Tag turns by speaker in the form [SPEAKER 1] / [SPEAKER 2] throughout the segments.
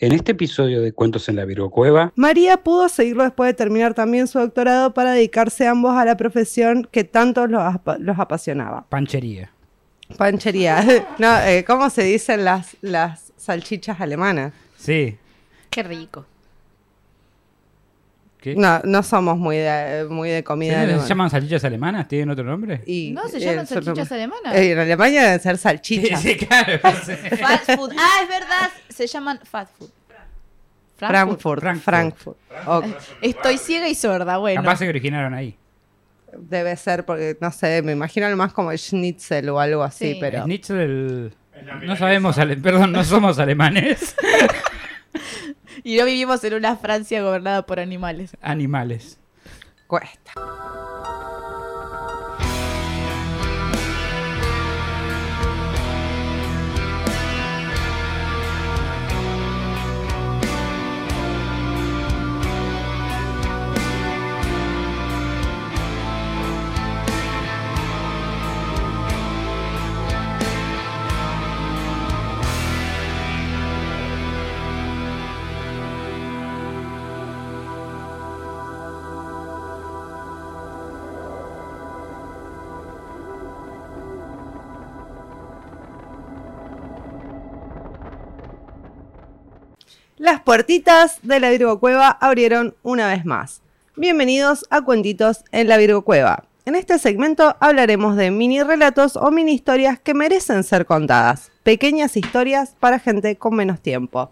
[SPEAKER 1] En este episodio de Cuentos en la Virgo Cueva,
[SPEAKER 2] María pudo seguirlo después de terminar también su doctorado para dedicarse ambos a la profesión que tanto los, apa- los apasionaba.
[SPEAKER 3] Panchería.
[SPEAKER 2] Panchería. No, eh, ¿Cómo se dicen las, las salchichas alemanas?
[SPEAKER 3] Sí.
[SPEAKER 4] Qué rico.
[SPEAKER 3] ¿Qué?
[SPEAKER 2] No, no somos muy de, muy de comida
[SPEAKER 3] ¿Se
[SPEAKER 2] alemana.
[SPEAKER 3] llaman salchichas alemanas? ¿Tienen otro nombre?
[SPEAKER 2] Y-
[SPEAKER 4] ¿No se
[SPEAKER 2] eh,
[SPEAKER 4] llaman
[SPEAKER 2] el sor-
[SPEAKER 4] salchichas alemanas?
[SPEAKER 2] Eh, en Alemania deben ser salchichas.
[SPEAKER 3] Sí, claro. pues, sí.
[SPEAKER 4] Fast food. Ah, es verdad. Se llaman fast food.
[SPEAKER 2] Frankfurt,
[SPEAKER 3] Frankfurt.
[SPEAKER 2] Frankfurt. Ok.
[SPEAKER 4] Estoy ciega y sorda, bueno.
[SPEAKER 3] Capaz se originaron ahí.
[SPEAKER 2] Debe ser porque, no sé, me imagino algo más como el schnitzel o algo así,
[SPEAKER 4] Sí.
[SPEAKER 2] pero...
[SPEAKER 3] Schnitzel. No sabemos, ale- perdón, no somos alemanes.
[SPEAKER 4] Y no vivimos en una Francia gobernada por animales.
[SPEAKER 3] Animales.
[SPEAKER 2] Cuesta. Las puertitas de la Virgo Cueva abrieron una vez más. Bienvenidos a Cuentitos en la Virgo Cueva. En este segmento hablaremos de mini relatos o mini historias que merecen ser contadas. Pequeñas historias para gente con menos tiempo.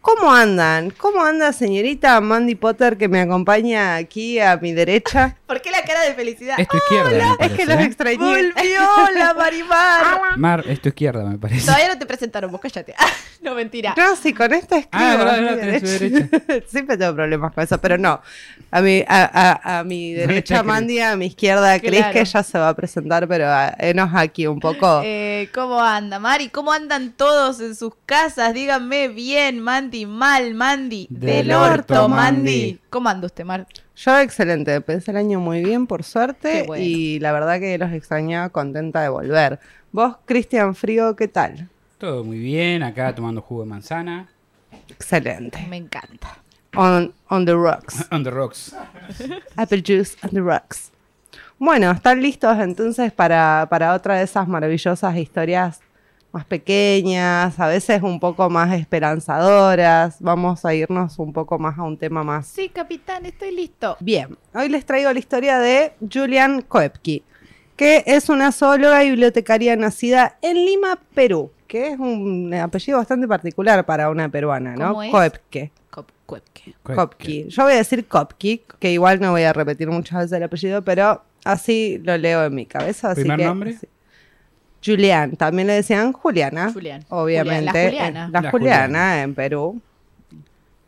[SPEAKER 2] ¿Cómo andan? ¿Cómo anda señorita Mandy Potter que me acompaña aquí a mi derecha?
[SPEAKER 4] ¿Por qué la cara de felicidad?
[SPEAKER 3] Es tu izquierda. me
[SPEAKER 2] Es
[SPEAKER 3] parece,
[SPEAKER 2] que los
[SPEAKER 3] ¿eh?
[SPEAKER 2] extrañé.
[SPEAKER 4] ¡Volvió la Marimar!
[SPEAKER 3] Mar, es tu izquierda, me parece.
[SPEAKER 4] Todavía no te presentaron, vos cállate. no, mentira.
[SPEAKER 2] No, sí, con esta escribo.
[SPEAKER 3] Ah, verdad,
[SPEAKER 2] a mi
[SPEAKER 3] verdad, tenés tu
[SPEAKER 2] Siempre tengo problemas con eso, pero no. A mi, a, a- a mi
[SPEAKER 3] No le
[SPEAKER 2] derecha
[SPEAKER 3] eches
[SPEAKER 2] Mandy, a mi izquierda Cris,
[SPEAKER 4] Claro.
[SPEAKER 2] que ya se va a presentar, pero ah, enos aquí un poco.
[SPEAKER 4] Eh, ¿Cómo anda, Mari? ¿Cómo andan todos en sus casas? Díganme bien, Mandy, mal, Mandy.
[SPEAKER 3] Del
[SPEAKER 4] Del,
[SPEAKER 3] orto,
[SPEAKER 4] orto,
[SPEAKER 3] Mandy.
[SPEAKER 4] Mandy. ¿Cómo anda usted, Mar?
[SPEAKER 2] Yo excelente, empecé el año muy bien, por suerte,
[SPEAKER 4] eh. Qué bueno.
[SPEAKER 2] y la verdad que los extrañaba contenta de volver. Vos, Cristian Frío, ¿qué tal?
[SPEAKER 3] Todo muy bien, acá tomando jugo de manzana.
[SPEAKER 2] Excelente.
[SPEAKER 4] Me encanta.
[SPEAKER 2] On, on the rocks.
[SPEAKER 3] On the rocks.
[SPEAKER 2] Apple Juice and the Rocks. Bueno, ¿están listos entonces para, para otra de esas maravillosas historias más pequeñas, a veces un poco más esperanzadoras? Vamos a irnos un poco más a un tema más.
[SPEAKER 4] Sí, capitán, estoy listo.
[SPEAKER 2] Bien, hoy les traigo la historia de Julian Koepke, que es una zoóloga y bibliotecaria nacida en Lima, Perú, que es un apellido bastante particular para una peruana, ¿no?
[SPEAKER 4] ¿Cómo es?
[SPEAKER 2] Koepke.
[SPEAKER 4] Cop- cuepque.
[SPEAKER 2] Kopki. Yo voy a decir Kopki, que igual no voy a repetir muchas veces el apellido, pero así lo leo en mi cabeza. Así
[SPEAKER 3] ¿Primer
[SPEAKER 2] que-
[SPEAKER 3] nombre?
[SPEAKER 2] sí. Julián, también le decían Juliana.
[SPEAKER 4] Julián.
[SPEAKER 2] Obviamente. Eh,
[SPEAKER 4] Julián, la Juliana.
[SPEAKER 2] la
[SPEAKER 3] La
[SPEAKER 2] Juliana
[SPEAKER 3] Juliana.
[SPEAKER 2] en Perú.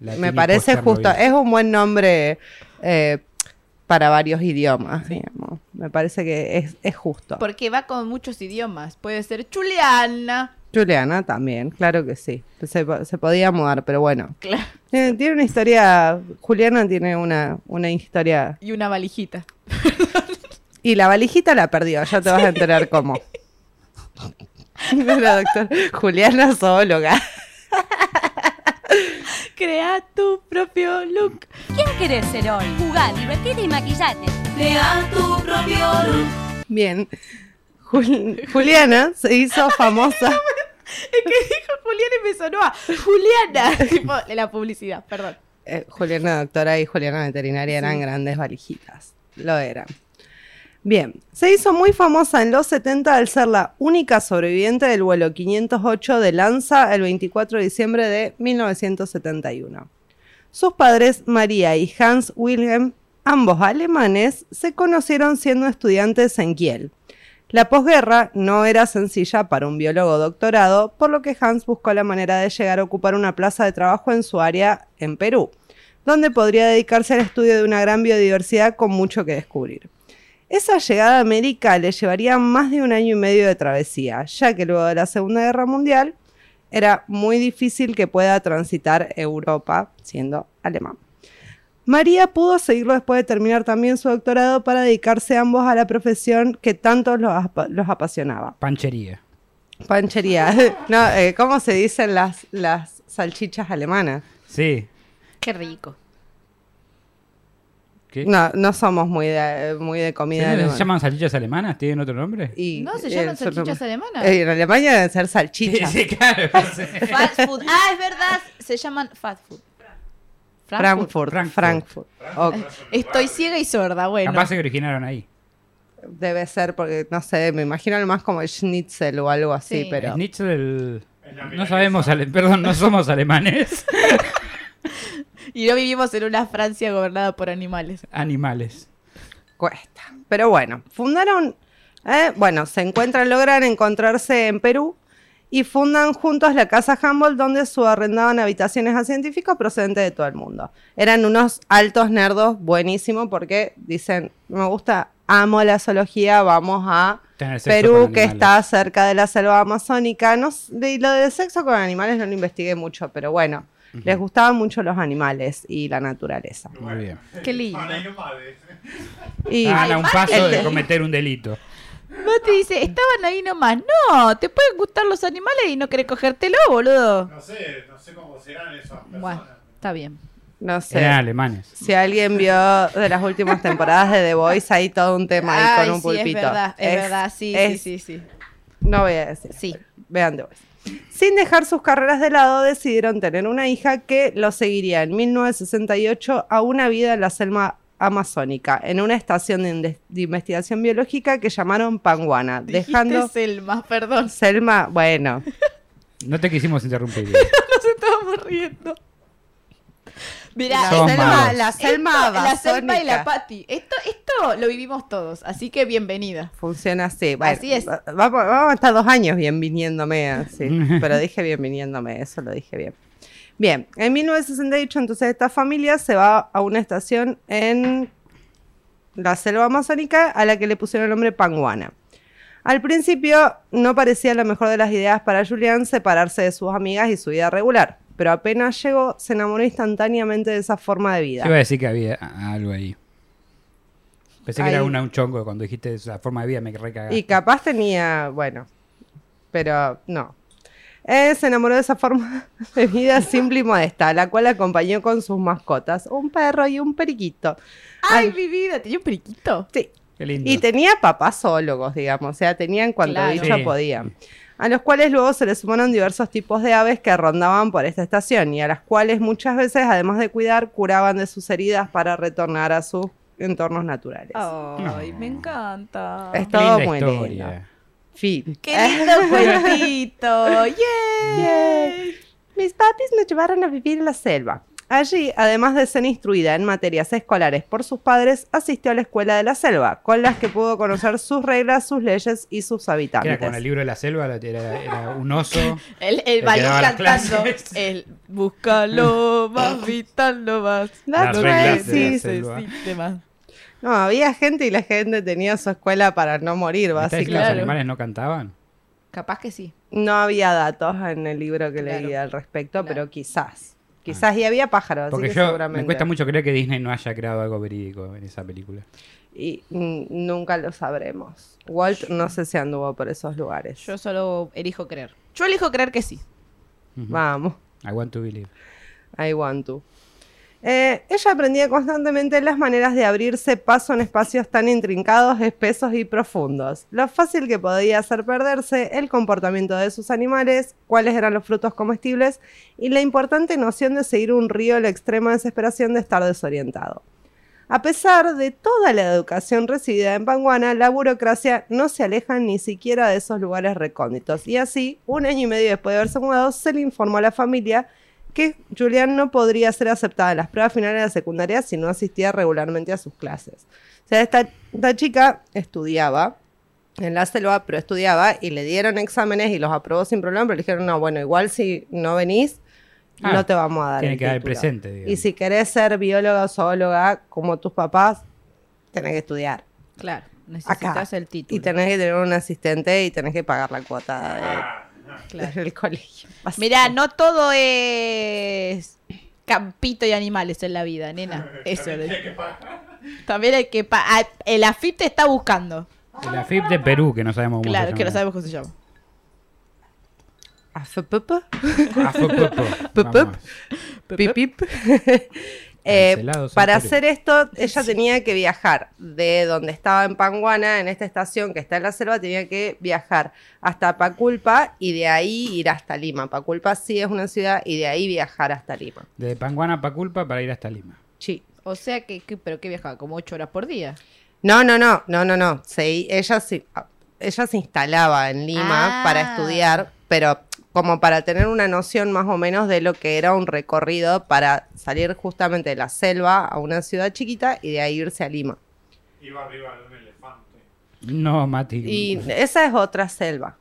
[SPEAKER 3] La
[SPEAKER 2] Me
[SPEAKER 3] Tini
[SPEAKER 2] parece
[SPEAKER 3] Posterno
[SPEAKER 2] justo.
[SPEAKER 3] Vila.
[SPEAKER 2] Es un buen nombre eh, para varios idiomas, digamos. Me parece que es, es justo.
[SPEAKER 4] Porque va con muchos idiomas. Puede ser Juliana.
[SPEAKER 2] Juliana también, claro que sí. Se, po- se podía mudar, pero bueno.
[SPEAKER 4] Claro.
[SPEAKER 2] Tiene, tiene una historia. Juliana tiene una, una historia
[SPEAKER 4] Y una valijita.
[SPEAKER 2] Y la valijita la perdió, ya te vas a enterar cómo. La doctora Juliana Zoóloga.
[SPEAKER 4] Crea tu propio look.
[SPEAKER 5] ¿Quién querés ser hoy? Jugá, divertite y maquillate. Crea tu propio look.
[SPEAKER 2] Bien. Jul- Juliana se hizo famosa.
[SPEAKER 4] Es que dijo Julián y me sonó a Juliana. tipo, de la publicidad, perdón.
[SPEAKER 2] Eh, Juliana doctora y Juliana veterinaria eran grandes valijitas. Lo eran. Bien, se hizo muy famosa en los 70 al ser la única sobreviviente del vuelo 508 de Lanza el 24 de diciembre de 1971. Sus padres, María y Hans Wilhelm, ambos alemanes, se conocieron siendo estudiantes en Kiel. La posguerra no era sencilla para un biólogo doctorado, por lo que Hans buscó la manera de llegar a ocupar una plaza de trabajo en su área en Perú, donde podría dedicarse al estudio de una gran biodiversidad con mucho que descubrir. Esa llegada a América le llevaría más de un año y medio de travesía, ya que luego de la Segunda Guerra Mundial era muy difícil que pueda transitar Europa siendo alemán. María pudo seguirlo después de terminar también su doctorado para dedicarse ambos a la profesión que tanto los, apa- los apasionaba.
[SPEAKER 3] Panchería.
[SPEAKER 2] Panchería. No, eh, ¿Cómo se dicen las, las salchichas alemanas.
[SPEAKER 3] Sí.
[SPEAKER 4] Qué rico.
[SPEAKER 3] ¿Qué?
[SPEAKER 2] No, no somos muy de, muy de comida
[SPEAKER 3] ¿Se
[SPEAKER 2] alemana.
[SPEAKER 3] llaman salchichas alemanas? ¿Tienen otro nombre?
[SPEAKER 2] Y-
[SPEAKER 4] ¿No se
[SPEAKER 2] eh,
[SPEAKER 4] llaman
[SPEAKER 2] nosotros-
[SPEAKER 4] salchichas alemanas?
[SPEAKER 2] Eh, En Alemania deben ser salchichas.
[SPEAKER 3] Sí, claro.
[SPEAKER 4] Fast food. Ah, es verdad. Se llaman fast food.
[SPEAKER 2] Frankfurt,
[SPEAKER 3] Frankfurt.
[SPEAKER 2] Frankfurt. Ok.
[SPEAKER 4] Estoy ciega y sorda, bueno.
[SPEAKER 3] Capaz se originaron ahí.
[SPEAKER 2] Debe ser porque, no sé, me imagino algo más como el schnitzel o algo así,
[SPEAKER 4] Sí.
[SPEAKER 2] pero...
[SPEAKER 3] Schnitzel. No sabemos, ale- perdón, no somos alemanes.
[SPEAKER 4] Y no vivimos en una Francia gobernada por animales.
[SPEAKER 3] Animales.
[SPEAKER 2] Cuesta. Pero bueno, fundaron, eh, bueno, se encuentran, logran encontrarse en Perú y fundan juntos la Casa Humboldt, donde subarrendaban habitaciones a científicos procedentes de todo el mundo. Eran unos altos nerdos, buenísimo, porque dicen, me gusta, amo la zoología, vamos a
[SPEAKER 3] Tener sexo
[SPEAKER 2] Perú,
[SPEAKER 3] con
[SPEAKER 2] que
[SPEAKER 3] animales.
[SPEAKER 2] está cerca de la selva amazónica. No, s- de, lo de sexo con animales no lo investigué mucho, pero bueno, les gustaban mucho los animales y la naturaleza.
[SPEAKER 3] Muy bien.
[SPEAKER 4] Qué lindo.
[SPEAKER 2] Y
[SPEAKER 3] Ana, Ah, un paso de
[SPEAKER 4] Ay.
[SPEAKER 3] cometer un delito.
[SPEAKER 4] Mati dice, estaban ahí nomás. No, te pueden gustar los animales y no querés cogértelo, boludo.
[SPEAKER 6] No sé, no sé cómo serán esas personas.
[SPEAKER 4] Bueno, está bien.
[SPEAKER 2] no sé.
[SPEAKER 3] Eran alemanes.
[SPEAKER 2] Si alguien vio de las últimas temporadas de The Voice, hay todo un tema ahí
[SPEAKER 4] Ay,
[SPEAKER 2] con un
[SPEAKER 4] sí,
[SPEAKER 2] pulpito.
[SPEAKER 4] es verdad, es, verdad, sí,
[SPEAKER 2] es-
[SPEAKER 4] sí, sí, sí.
[SPEAKER 2] No voy a decir.
[SPEAKER 4] Sí.
[SPEAKER 2] Vean The Voice. Sin dejar sus carreras de lado, decidieron tener una hija que los seguiría en 1968 a una vida en la selva amazónica, en una estación de, indes- de investigación biológica que llamaron Panguana, dejando
[SPEAKER 4] Dijiste Selma, perdón.
[SPEAKER 2] Selma, bueno,
[SPEAKER 3] No te quisimos interrumpir.
[SPEAKER 4] Nos estábamos riendo. Mirá,
[SPEAKER 2] la
[SPEAKER 3] Somos
[SPEAKER 2] Selma,
[SPEAKER 3] malos.
[SPEAKER 2] la Selma
[SPEAKER 4] esto- la Selma y la
[SPEAKER 2] amazónica.
[SPEAKER 4] Patti. Esto, esto lo vivimos todos, así que bienvenida.
[SPEAKER 2] Funciona así. Bueno,
[SPEAKER 4] Así es.
[SPEAKER 2] va- Vamos, vamos a estar dos años bien viniéndome así. Pero dije bien viniéndome, eso lo dije bien. Bien, en 1968 entonces esta familia se va a una estación en la selva amazónica a la que le pusieron el nombre Panguana. Al principio no parecía la mejor de las ideas para Julián separarse de sus amigas y su vida regular, pero apenas llegó se enamoró instantáneamente de esa forma de vida.
[SPEAKER 3] Yo iba a decir que había a- algo ahí. Pensé que era
[SPEAKER 2] Ahí.
[SPEAKER 3] una, un chongo cuando dijiste la forma de vida, me recagaste.
[SPEAKER 2] Y capaz tenía, bueno, pero no. Eh, se enamoró de esa forma de vida simple y modesta, la cual acompañó con sus mascotas, un perro y un periquito.
[SPEAKER 4] Ay,
[SPEAKER 2] Ay.
[SPEAKER 4] mi vida, tenía un periquito.
[SPEAKER 2] Sí.
[SPEAKER 3] Qué lindo.
[SPEAKER 2] Y tenía papás zoólogos, digamos, o sea, tenían cuanto
[SPEAKER 4] Claro.
[SPEAKER 2] dicho
[SPEAKER 3] Sí.
[SPEAKER 2] podían. A los cuales luego se le sumaron diversos tipos de aves que rondaban por esta estación y a las cuales muchas veces, además de cuidar, curaban de sus heridas para retornar a sus entornos naturales.
[SPEAKER 4] Oh. Ay, me encanta.
[SPEAKER 2] Es
[SPEAKER 3] Qué
[SPEAKER 2] todo
[SPEAKER 3] linda
[SPEAKER 2] muy
[SPEAKER 3] historia.
[SPEAKER 2] lindo. Fin.
[SPEAKER 4] Qué lindo cuentito. ¡Yay!
[SPEAKER 2] Mis papis me llevaron a vivir en la selva. Allí, además de ser instruida en materias escolares por sus padres, asistió a la escuela de la selva, con las que pudo conocer sus reglas, sus leyes y sus
[SPEAKER 3] Que era con el
[SPEAKER 2] habitantes.
[SPEAKER 3] libro de la selva, era, era un oso. El
[SPEAKER 4] El, el
[SPEAKER 3] que
[SPEAKER 4] balín
[SPEAKER 3] daba las
[SPEAKER 4] cantando.
[SPEAKER 3] clases.
[SPEAKER 4] El búscalo más, vitalo más.
[SPEAKER 2] That's
[SPEAKER 3] Las
[SPEAKER 2] right,
[SPEAKER 3] reglas de la
[SPEAKER 2] sí.
[SPEAKER 3] selva.
[SPEAKER 4] Necesite más.
[SPEAKER 2] No, había gente y la gente tenía su escuela para no morir,
[SPEAKER 3] ¿Me estás diciendo que
[SPEAKER 2] básicamente.
[SPEAKER 3] los
[SPEAKER 4] claro.
[SPEAKER 3] animales no cantaban?
[SPEAKER 4] Capaz que sí.
[SPEAKER 2] No había datos en el libro que
[SPEAKER 4] Claro.
[SPEAKER 2] leí al respecto,
[SPEAKER 4] Claro.
[SPEAKER 2] pero quizás. Quizás y había pájaros,
[SPEAKER 3] Ah. Porque
[SPEAKER 2] así que
[SPEAKER 3] yo
[SPEAKER 2] seguramente.
[SPEAKER 3] me cuesta mucho creer que Disney no haya creado algo verídico en esa película.
[SPEAKER 2] Y mm, nunca lo sabremos. Walt no sé si anduvo por esos lugares.
[SPEAKER 4] Yo solo elijo creer. Yo elijo creer que sí.
[SPEAKER 2] Vamos.
[SPEAKER 3] I want to believe.
[SPEAKER 2] I want to. Eh, ella aprendía constantemente las maneras de abrirse paso en espacios tan intrincados, espesos y profundos. Lo fácil que podía hacer perderse, el comportamiento de sus animales, cuáles eran los frutos comestibles y la importante noción de seguir un río en la extrema desesperación de estar desorientado. A pesar de toda la educación recibida en Panguana, la burocracia no se aleja ni siquiera de esos lugares recónditos. Y así, un año y medio después de haberse mudado, se le informó a la familia que Julián no podría ser aceptada en las pruebas finales de la secundaria si no asistía regularmente a sus clases. O sea, esta, esta chica estudiaba en la selva, pero estudiaba y le dieron exámenes y los aprobó sin problema, pero le dijeron, no, bueno, igual si no venís,
[SPEAKER 3] Ah,
[SPEAKER 2] no te vamos a dar.
[SPEAKER 3] tiene
[SPEAKER 2] el
[SPEAKER 3] que dar el
[SPEAKER 2] título".
[SPEAKER 3] presente, digamos.
[SPEAKER 2] Y si querés ser bióloga o zoóloga como tus papás, tenés que estudiar.
[SPEAKER 4] Claro.
[SPEAKER 2] Acá.
[SPEAKER 4] Necesitas el título.
[SPEAKER 2] Y tenés que tener un asistente y tenés que pagar la cuota de-
[SPEAKER 4] Claro.
[SPEAKER 2] del colegio.
[SPEAKER 4] Mirá, no todo es campito y animales en la vida, nena. Eso. También hay que... pa- ah, el AFIP te está buscando.
[SPEAKER 3] El AFIP de Perú, que no sabemos cómo se
[SPEAKER 4] Claro, que no
[SPEAKER 3] llamará.
[SPEAKER 4] sabemos cómo se llama.
[SPEAKER 2] AFPP,
[SPEAKER 3] Ah, fue poco.
[SPEAKER 2] Pup,
[SPEAKER 3] Vamos.
[SPEAKER 2] pip, pip. Eh,
[SPEAKER 3] Cancelados,
[SPEAKER 2] para
[SPEAKER 3] Arturo.
[SPEAKER 2] hacer esto, ella tenía que viajar de donde estaba en Panguana, en esta estación que está en la selva, tenía que viajar hasta Paculpa y de ahí ir hasta Lima. Paculpa sí es una ciudad y de ahí viajar hasta Lima.
[SPEAKER 3] De Panguana a Paculpa para ir hasta Lima.
[SPEAKER 2] Sí.
[SPEAKER 4] O sea que, que- pero que viajaba como 8 horas por día.
[SPEAKER 2] No, no, no, no, no, no. Se- ella, se, ella se instalaba en Lima
[SPEAKER 4] Ah.
[SPEAKER 2] para estudiar, pero como para tener una noción más o menos de lo que era un recorrido para salir justamente de la selva a una ciudad chiquita y de ahí irse a Lima.
[SPEAKER 6] Iba arriba de un elefante.
[SPEAKER 3] No, Mati.
[SPEAKER 2] Y esa es otra selva.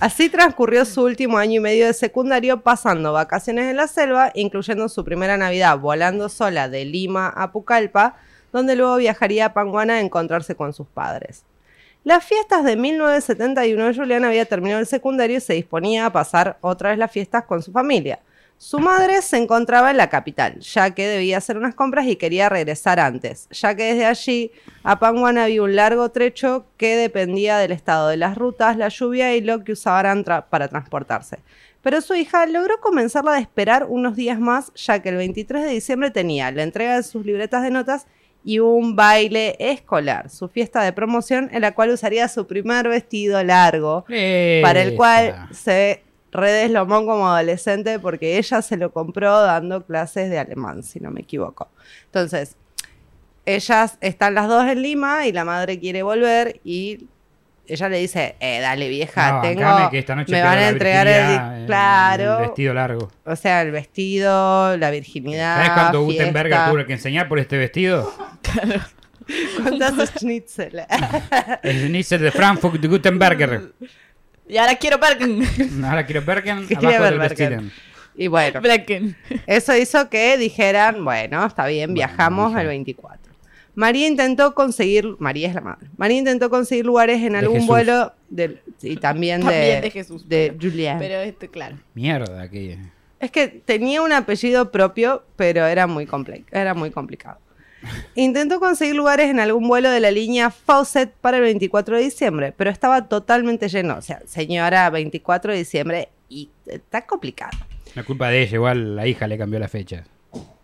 [SPEAKER 2] Así transcurrió su último año y medio de secundario pasando vacaciones en la selva, incluyendo su primera Navidad volando sola de Lima a Pucallpa, donde luego viajaría a Panguana a encontrarse con sus padres. Las fiestas de 1971 Julián había terminado el secundario y se disponía a pasar otra vez las fiestas con su familia. Su madre se encontraba en la capital, ya que debía hacer unas compras y quería regresar antes, ya que desde allí a Panguana había un largo trecho que dependía del estado de las rutas, la lluvia y lo que usaban tra- para transportarse. Pero su hija logró convencerla de esperar unos días más, ya que el 23 de diciembre tenía la entrega de sus libretas de notas y un baile escolar, su fiesta de promoción en la cual usaría su primer vestido largo
[SPEAKER 3] Eh,
[SPEAKER 2] para el cual se redeslomó como adolescente porque ella se lo compró dando clases de alemán, si no me equivoco. Entonces, ellas están las dos en Lima y la madre quiere volver y ella le dice, eh, dale vieja,
[SPEAKER 3] No,
[SPEAKER 2] tengo,
[SPEAKER 3] bancame que esta noche
[SPEAKER 2] me
[SPEAKER 3] pierdo
[SPEAKER 2] van a
[SPEAKER 3] la
[SPEAKER 2] entregar el,
[SPEAKER 3] virginidad, el-
[SPEAKER 2] claro,
[SPEAKER 3] el vestido largo.
[SPEAKER 2] o sea, el vestido, la virginidad,
[SPEAKER 3] ¿Sabes cuánto
[SPEAKER 2] Ah, fiesta,
[SPEAKER 3] Gutenberg tuvo que enseñar por este vestido?
[SPEAKER 2] cuántas schnitzel.
[SPEAKER 3] El Nietzsche de Frankfurt de Gutenberger.
[SPEAKER 4] Y ahora quiero Bergen.
[SPEAKER 3] Ahora quiero Bergen
[SPEAKER 2] Quería
[SPEAKER 3] abajo
[SPEAKER 2] ver
[SPEAKER 3] del
[SPEAKER 2] Bergen.
[SPEAKER 3] Vestilen.
[SPEAKER 2] y bueno,
[SPEAKER 4] Bergen.
[SPEAKER 2] Eso hizo que dijeran, bueno, está
[SPEAKER 3] Bueno,
[SPEAKER 2] bien, viajamos
[SPEAKER 3] hija.
[SPEAKER 2] el 24. María intentó conseguir, María es la madre, María intentó conseguir lugares en
[SPEAKER 3] De
[SPEAKER 2] algún
[SPEAKER 3] Jesús.
[SPEAKER 2] vuelo del- y también,
[SPEAKER 4] También
[SPEAKER 2] de,
[SPEAKER 4] de Jesús,
[SPEAKER 2] de
[SPEAKER 4] pero-
[SPEAKER 2] Julián.
[SPEAKER 4] Pero este, claro.
[SPEAKER 3] Mierda, que.
[SPEAKER 2] Es que tenía un apellido propio, pero era muy, comple- era muy complicado. Intentó conseguir lugares en algún vuelo de la línea Fawcett para el 24 de diciembre, pero estaba totalmente lleno. O sea, señora, 24 de diciembre y está complicado.
[SPEAKER 3] La culpa de ella, igual la hija le cambió la fecha.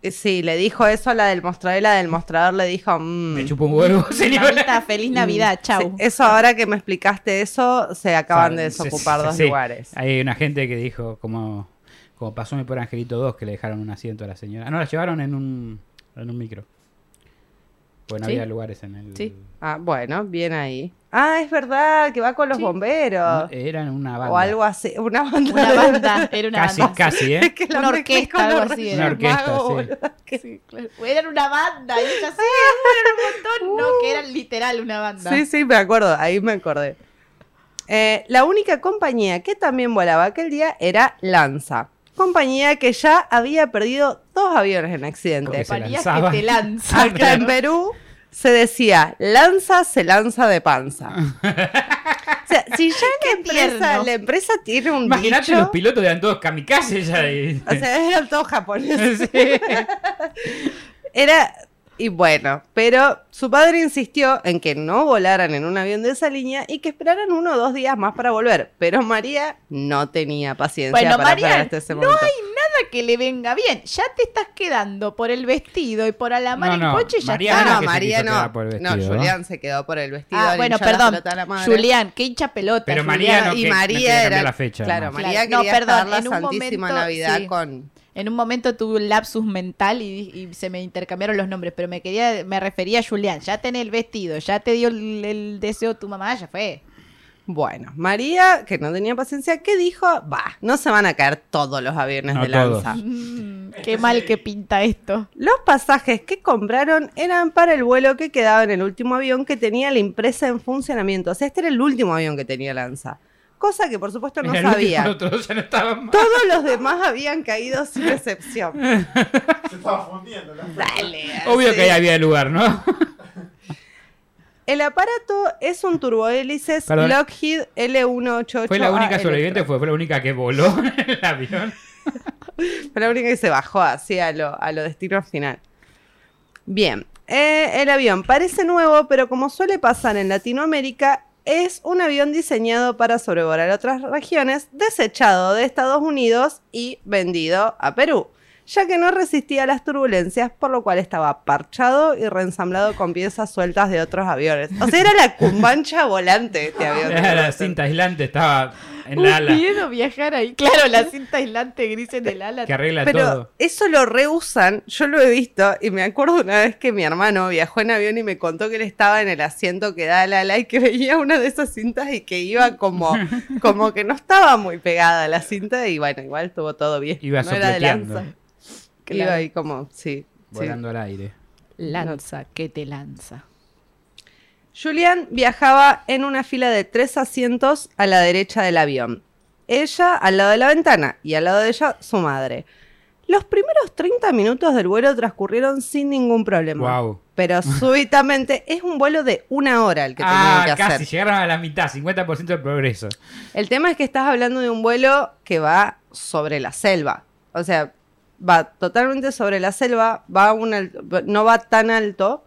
[SPEAKER 2] Eh, Sí, le dijo eso a la del mostrador y la del mostrador le dijo, "Mm,
[SPEAKER 3] Me chupo un huevo, señora.
[SPEAKER 4] Mamita, feliz Navidad, chau.
[SPEAKER 2] sí, eso ahora que me explicaste eso, se acaban de
[SPEAKER 3] O sea,
[SPEAKER 2] desocupar
[SPEAKER 3] sí,
[SPEAKER 2] dos
[SPEAKER 3] sí.
[SPEAKER 2] lugares.
[SPEAKER 3] Hay una gente que dijo, como, como pasó mi por Angelito 2, que le dejaron un asiento a la señora. Ah, no, la llevaron en un, en un micro. Bueno,
[SPEAKER 4] Sí.
[SPEAKER 3] había lugares en el.
[SPEAKER 4] Sí.
[SPEAKER 2] Ah, bueno, bien ahí. Ah, es verdad, que va con los
[SPEAKER 4] Sí.
[SPEAKER 3] No,
[SPEAKER 2] bomberos.
[SPEAKER 3] Eran una Eh, banda.
[SPEAKER 2] Ah. o algo así, una banda.
[SPEAKER 4] Una banda, era una
[SPEAKER 3] Casi,
[SPEAKER 4] banda.
[SPEAKER 3] casi, ¿eh?
[SPEAKER 2] Es que
[SPEAKER 4] Una
[SPEAKER 2] la mezclé
[SPEAKER 4] orquesta,
[SPEAKER 2] con
[SPEAKER 4] algo
[SPEAKER 2] los
[SPEAKER 4] así ¿eh?
[SPEAKER 2] Reyes
[SPEAKER 3] era. Una orquesta,
[SPEAKER 2] Magos,
[SPEAKER 3] sí.
[SPEAKER 2] boludo, que-
[SPEAKER 4] Sí, claro. Eran una banda, y ella sí, eran un montón. No, que eran literal una banda.
[SPEAKER 2] Ah. Sí, sí, me acuerdo, ahí me acordé. Eh, la única compañía que también volaba aquel día era Lanza. Compañía que ya había perdido dos aviones en
[SPEAKER 3] Porque
[SPEAKER 2] accidentes.
[SPEAKER 3] se
[SPEAKER 4] Compañías
[SPEAKER 3] lanzaban.
[SPEAKER 4] que te lanzan.
[SPEAKER 2] Acá
[SPEAKER 4] claro.
[SPEAKER 2] en Perú se decía, lanza se lanza de panza. O sea, si ya la empresa,
[SPEAKER 4] tierno.
[SPEAKER 2] la empresa tiene un
[SPEAKER 3] Imagínate
[SPEAKER 2] dicho,
[SPEAKER 3] los pilotos eran todos kamikazes ya. y-
[SPEAKER 2] o sea, eran todos japoneses.
[SPEAKER 3] Sí.
[SPEAKER 2] Era, y bueno, pero su padre insistió en que no volaran en un avión de esa línea y que esperaran uno o dos días más para volver. Pero María no tenía paciencia
[SPEAKER 4] Bueno,
[SPEAKER 2] para
[SPEAKER 4] María,
[SPEAKER 2] esperar hasta ese
[SPEAKER 4] no
[SPEAKER 2] momento.
[SPEAKER 4] Nada que le venga bien. Ya te estás quedando por el vestido y por alamar
[SPEAKER 3] No,
[SPEAKER 4] el
[SPEAKER 3] no,
[SPEAKER 4] coche y ya
[SPEAKER 3] María
[SPEAKER 2] No,
[SPEAKER 4] está.
[SPEAKER 3] Ana
[SPEAKER 2] no,
[SPEAKER 3] que se
[SPEAKER 2] María
[SPEAKER 3] quiso
[SPEAKER 2] no.
[SPEAKER 3] quedar por el
[SPEAKER 2] no,
[SPEAKER 3] vestido, ¿no?
[SPEAKER 2] Julián se quedó por el vestido.
[SPEAKER 4] Ah,
[SPEAKER 2] le
[SPEAKER 4] bueno,
[SPEAKER 2] hinchó la
[SPEAKER 4] perdón.
[SPEAKER 2] pelota a la madre.
[SPEAKER 4] Julián, qué hincha pelota.
[SPEAKER 3] Pero María Ah,
[SPEAKER 4] Julián.
[SPEAKER 3] no,
[SPEAKER 2] y
[SPEAKER 3] que- me
[SPEAKER 2] María
[SPEAKER 3] quería
[SPEAKER 2] era
[SPEAKER 3] cambiar la fecha,
[SPEAKER 2] Claro,
[SPEAKER 3] ¿no?
[SPEAKER 2] María
[SPEAKER 4] Claro, no,
[SPEAKER 2] quería
[SPEAKER 4] perdón,
[SPEAKER 2] estar la
[SPEAKER 4] en un
[SPEAKER 2] Santísima
[SPEAKER 4] momento,
[SPEAKER 2] Navidad
[SPEAKER 4] sí.
[SPEAKER 2] con
[SPEAKER 4] En un momento tuve un lapsus mental y, y se me intercambiaron los nombres, pero me quería, me refería a Julián. Ya tenés el vestido, ya te dio el, el deseo tu mamá, ya fue.
[SPEAKER 2] Bueno, María, que no tenía paciencia, ¿qué dijo? Bah, no se van a caer todos los aviones
[SPEAKER 3] No
[SPEAKER 2] de
[SPEAKER 3] todos.
[SPEAKER 2] lanza.
[SPEAKER 4] Mm, qué
[SPEAKER 3] este
[SPEAKER 4] mal que pinta esto.
[SPEAKER 2] Los pasajes que compraron eran para el vuelo que quedaba en el último avión que tenía la impresa en funcionamiento. O sea, este era el último avión que tenía lanza. Cosa que por supuesto no
[SPEAKER 3] Era el último,
[SPEAKER 2] sabía.
[SPEAKER 3] Todos ya no estaban más.
[SPEAKER 2] Todos los demás habían caído sin excepción.
[SPEAKER 6] Se estaba fundiendo. ¿no?
[SPEAKER 2] Dale.
[SPEAKER 3] Obvio
[SPEAKER 2] así.
[SPEAKER 3] que ahí había lugar, ¿no?
[SPEAKER 2] El aparato es un turbohélices
[SPEAKER 3] Perdón.
[SPEAKER 2] Lockheed L188.
[SPEAKER 3] Fue la única
[SPEAKER 2] Ah,
[SPEAKER 3] sobreviviente,
[SPEAKER 2] electro.
[SPEAKER 3] fue, fue la única que voló en el avión.
[SPEAKER 2] Fue la única que se bajó así a lo, a lo destino final. Bien, eh, el avión parece nuevo, pero como suele pasar en Latinoamérica, es un avión diseñado para sobrevolar otras regiones, desechado de Estados Unidos y vendido a Perú, ya que no resistía las turbulencias, por lo cual estaba parchado y reensamblado con piezas sueltas de otros aviones. O sea, era la cumbancha volante este avión.
[SPEAKER 3] Era la cinta aislante, estaba en la
[SPEAKER 4] Uy,
[SPEAKER 3] ala,
[SPEAKER 4] quiero viajar ahí. Claro, la cinta aislante gris en el ala.
[SPEAKER 3] que arregla
[SPEAKER 2] Pero
[SPEAKER 3] todo.
[SPEAKER 2] eso lo reusan, yo lo he visto y me acuerdo una vez que mi hermano viajó en avión y me contó que él estaba en el asiento que da al ala y que veía una de esas cintas y que iba como, como que no estaba muy pegada a la cinta y bueno, igual estuvo todo bien.
[SPEAKER 3] Iba
[SPEAKER 2] no era de
[SPEAKER 3] sopleteando.
[SPEAKER 2] lanza.
[SPEAKER 4] Claro.
[SPEAKER 2] Iba ahí como, sí. sí.
[SPEAKER 3] Volando al aire.
[SPEAKER 4] Lanza, que te lanza.
[SPEAKER 2] Julian viajaba en una fila de tres asientos a la derecha del avión. Ella al lado de la ventana y al lado de ella su madre. Los primeros 30 minutos del vuelo transcurrieron sin ningún problema.
[SPEAKER 3] Wow.
[SPEAKER 2] Pero súbitamente es un vuelo de una hora el que
[SPEAKER 3] Ah,
[SPEAKER 2] tenía que
[SPEAKER 3] casi,
[SPEAKER 2] hacer.
[SPEAKER 3] llegaron a la mitad, 50% del progreso.
[SPEAKER 2] El tema es que estás hablando de un vuelo que va sobre la selva. O sea, va totalmente sobre la selva, va a un al- no va tan alto,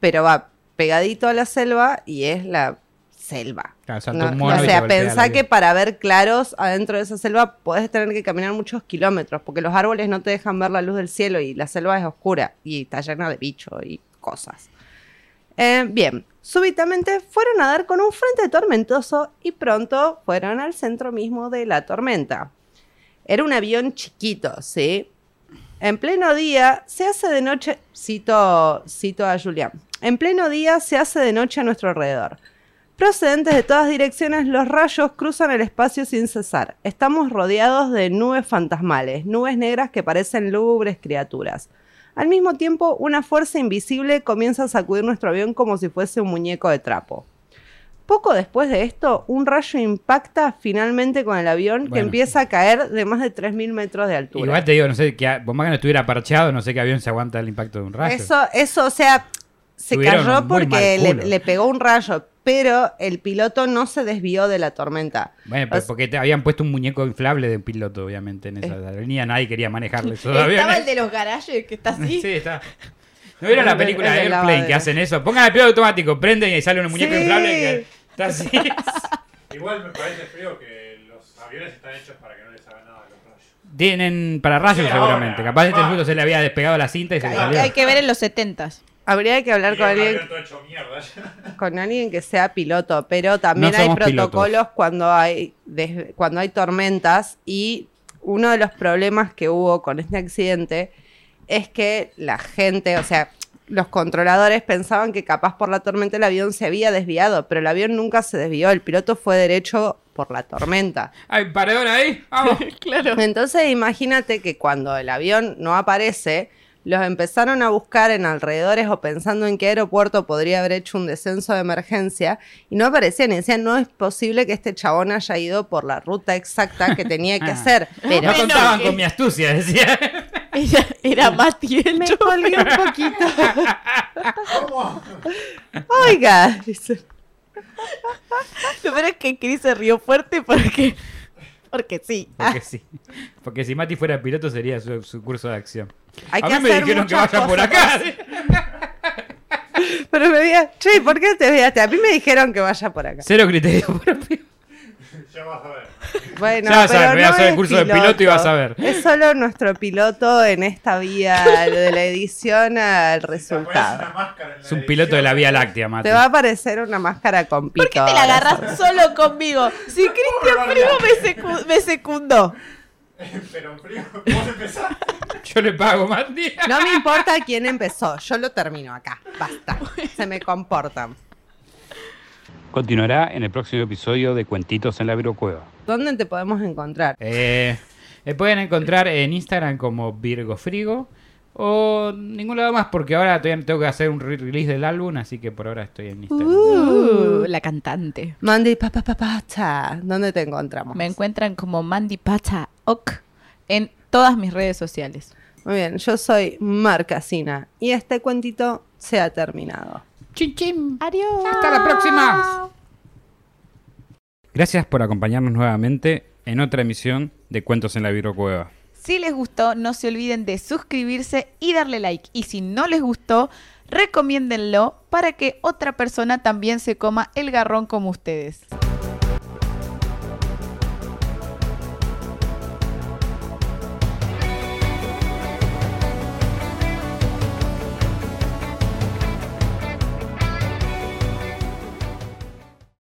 [SPEAKER 2] pero va pegadito a la selva y es la selva.
[SPEAKER 3] Claro, saltó
[SPEAKER 2] No,
[SPEAKER 3] un mono
[SPEAKER 2] o
[SPEAKER 3] y te
[SPEAKER 2] sea,
[SPEAKER 3] golpea la
[SPEAKER 2] pensá
[SPEAKER 3] vida.
[SPEAKER 2] que para ver claros adentro de esa selva podés tener que caminar muchos kilómetros, porque los árboles no te dejan ver la luz del cielo y la selva es oscura y está llena de bichos y cosas. Eh, bien, súbitamente fueron a dar con un frente tormentoso y pronto fueron al centro mismo de la tormenta. Era un avión chiquito, ¿sí? En pleno día se hace de noche, cito, cito a Julián, en pleno día se hace de noche a nuestro alrededor. Procedentes de todas direcciones, los rayos cruzan el espacio sin cesar. Estamos rodeados de nubes fantasmales, nubes negras que parecen lúgubres criaturas. Al mismo tiempo, una fuerza invisible comienza a sacudir nuestro avión como si fuese un muñeco de trapo. Poco después de esto, un rayo impacta finalmente con el avión que
[SPEAKER 3] Bueno.
[SPEAKER 2] empieza a caer de más de 3.000 metros de altura.
[SPEAKER 3] Igual te digo, no sé, que a- por más que no estuviera parcheado, no sé qué avión se aguanta el impacto de un rayo.
[SPEAKER 2] Eso, eso, o sea, se
[SPEAKER 3] Tuvieron
[SPEAKER 2] cayó
[SPEAKER 3] muy
[SPEAKER 2] porque
[SPEAKER 3] mal
[SPEAKER 2] le,
[SPEAKER 3] culo.
[SPEAKER 2] le pegó un rayo, pero el piloto no se desvió de la tormenta.
[SPEAKER 3] Bueno, pero
[SPEAKER 2] O-
[SPEAKER 3] porque te habían puesto un muñeco inflable de un piloto, obviamente, en
[SPEAKER 2] Eh.
[SPEAKER 3] esa aerolínea. Nadie quería manejarle esos
[SPEAKER 4] Estaba el
[SPEAKER 3] aviones.
[SPEAKER 4] de los garajes que está así.
[SPEAKER 3] Sí, está. ¿No vieron la
[SPEAKER 2] El de- el
[SPEAKER 3] película
[SPEAKER 2] de
[SPEAKER 3] de
[SPEAKER 2] la
[SPEAKER 3] Airplane que
[SPEAKER 2] lavadera.
[SPEAKER 3] hacen eso? Pongan el piloto automático, prenden y sale un muñeco
[SPEAKER 2] Sí.
[SPEAKER 3] inflable que está así.
[SPEAKER 6] Igual me parece feo que los aviones están hechos para que no les hagan nada a los rayos.
[SPEAKER 3] Tienen para rayos
[SPEAKER 6] Sí,
[SPEAKER 3] seguramente.
[SPEAKER 6] ahora.
[SPEAKER 3] Capaz este
[SPEAKER 6] Ah.
[SPEAKER 3] piloto se le había despegado la cinta y se le
[SPEAKER 4] Hay,
[SPEAKER 3] salió.
[SPEAKER 4] hay que ver en los 70
[SPEAKER 2] Habría que hablar
[SPEAKER 6] Y
[SPEAKER 2] con
[SPEAKER 6] el
[SPEAKER 2] alguien,
[SPEAKER 6] avión todo hecho mierda.
[SPEAKER 2] con alguien que sea piloto, pero también
[SPEAKER 3] No
[SPEAKER 2] hay
[SPEAKER 3] somos
[SPEAKER 2] protocolos cuando hay des- cuando hay tormentas y uno de los problemas que hubo con este accidente es que la gente, o sea, los controladores pensaban que capaz por la tormenta el avión se había desviado, pero el avión nunca se desvió, el piloto fue derecho por la tormenta.
[SPEAKER 3] ¿Hay un paredón ahí? Vamos.
[SPEAKER 4] claro.
[SPEAKER 2] Entonces imagínate que cuando el avión no aparece, los empezaron a buscar en alrededores o pensando en qué aeropuerto podría haber hecho un descenso de emergencia y no aparecían y decían, no es posible que este chabón haya ido por la ruta exacta que tenía que hacer. Pero
[SPEAKER 3] no contaban
[SPEAKER 4] Bueno,
[SPEAKER 3] con
[SPEAKER 4] que-
[SPEAKER 3] mi astucia, decía.
[SPEAKER 4] Era, era Mati el
[SPEAKER 2] me
[SPEAKER 4] chofer.
[SPEAKER 2] colgué un poquito.
[SPEAKER 6] ¿Cómo?
[SPEAKER 2] Oiga, dice,
[SPEAKER 4] Lo peor es que Chris se rió fuerte porque. Porque sí. Ah,
[SPEAKER 3] Porque sí. Porque si Mati fuera piloto sería su, su curso de acción.
[SPEAKER 2] hay
[SPEAKER 3] a
[SPEAKER 2] que
[SPEAKER 3] mí me
[SPEAKER 2] hacer
[SPEAKER 3] dijeron que
[SPEAKER 2] muchas
[SPEAKER 3] vaya por
[SPEAKER 2] cosas.
[SPEAKER 3] acá.
[SPEAKER 2] Pero me decía, che, ¿por qué te desviaste? A mí me dijeron que vaya por acá.
[SPEAKER 3] Cero criterio propio.
[SPEAKER 6] Ya vas a ver.
[SPEAKER 2] Bueno,
[SPEAKER 3] Ya vas a
[SPEAKER 2] pero
[SPEAKER 3] ver, voy a
[SPEAKER 2] no
[SPEAKER 3] hacer el
[SPEAKER 2] es
[SPEAKER 3] curso de piloto y vas a ver.
[SPEAKER 2] Es solo nuestro piloto en esta vía de la edición al
[SPEAKER 6] Te pones una
[SPEAKER 2] resultado.
[SPEAKER 6] máscara en la
[SPEAKER 3] Es un
[SPEAKER 6] edición.
[SPEAKER 3] piloto de la Vía Láctea, Mati.
[SPEAKER 2] Te va a aparecer una máscara con pito.
[SPEAKER 4] ¿Por qué te la
[SPEAKER 2] ahora.
[SPEAKER 4] agarras solo conmigo? Si Cristian Primo me, secu- me secundó.
[SPEAKER 6] Pero frío, vos empezaste.
[SPEAKER 3] Yo le pago, Mati.
[SPEAKER 2] No me importa quién empezó, yo lo termino acá. Basta. Se me comportan.
[SPEAKER 1] Continuará en el próximo episodio de Cuentitos en la Virocueva.
[SPEAKER 2] ¿Dónde te podemos encontrar?
[SPEAKER 3] Eh, me pueden encontrar en Instagram como Virgo Frigo o ningún lado más porque ahora todavía tengo que hacer un re- release del álbum, así que por ahora estoy en Instagram.
[SPEAKER 2] Uh,
[SPEAKER 4] la cantante.
[SPEAKER 2] Mandy Papa Papata. ¿Dónde te encontramos?
[SPEAKER 4] Me encuentran como Mandy Pata Ok en todas mis redes sociales.
[SPEAKER 2] Muy bien, yo soy Marcasina y este cuentito se ha terminado.
[SPEAKER 3] Chin, chin.
[SPEAKER 4] Adiós.
[SPEAKER 3] Hasta la próxima. Gracias por acompañarnos nuevamente en otra emisión de Cuentos en la Virocueva.
[SPEAKER 4] Si les gustó, no se olviden de suscribirse y darle like. Y si no les gustó, recomiéndenlo para que otra persona también se coma el garrón como ustedes.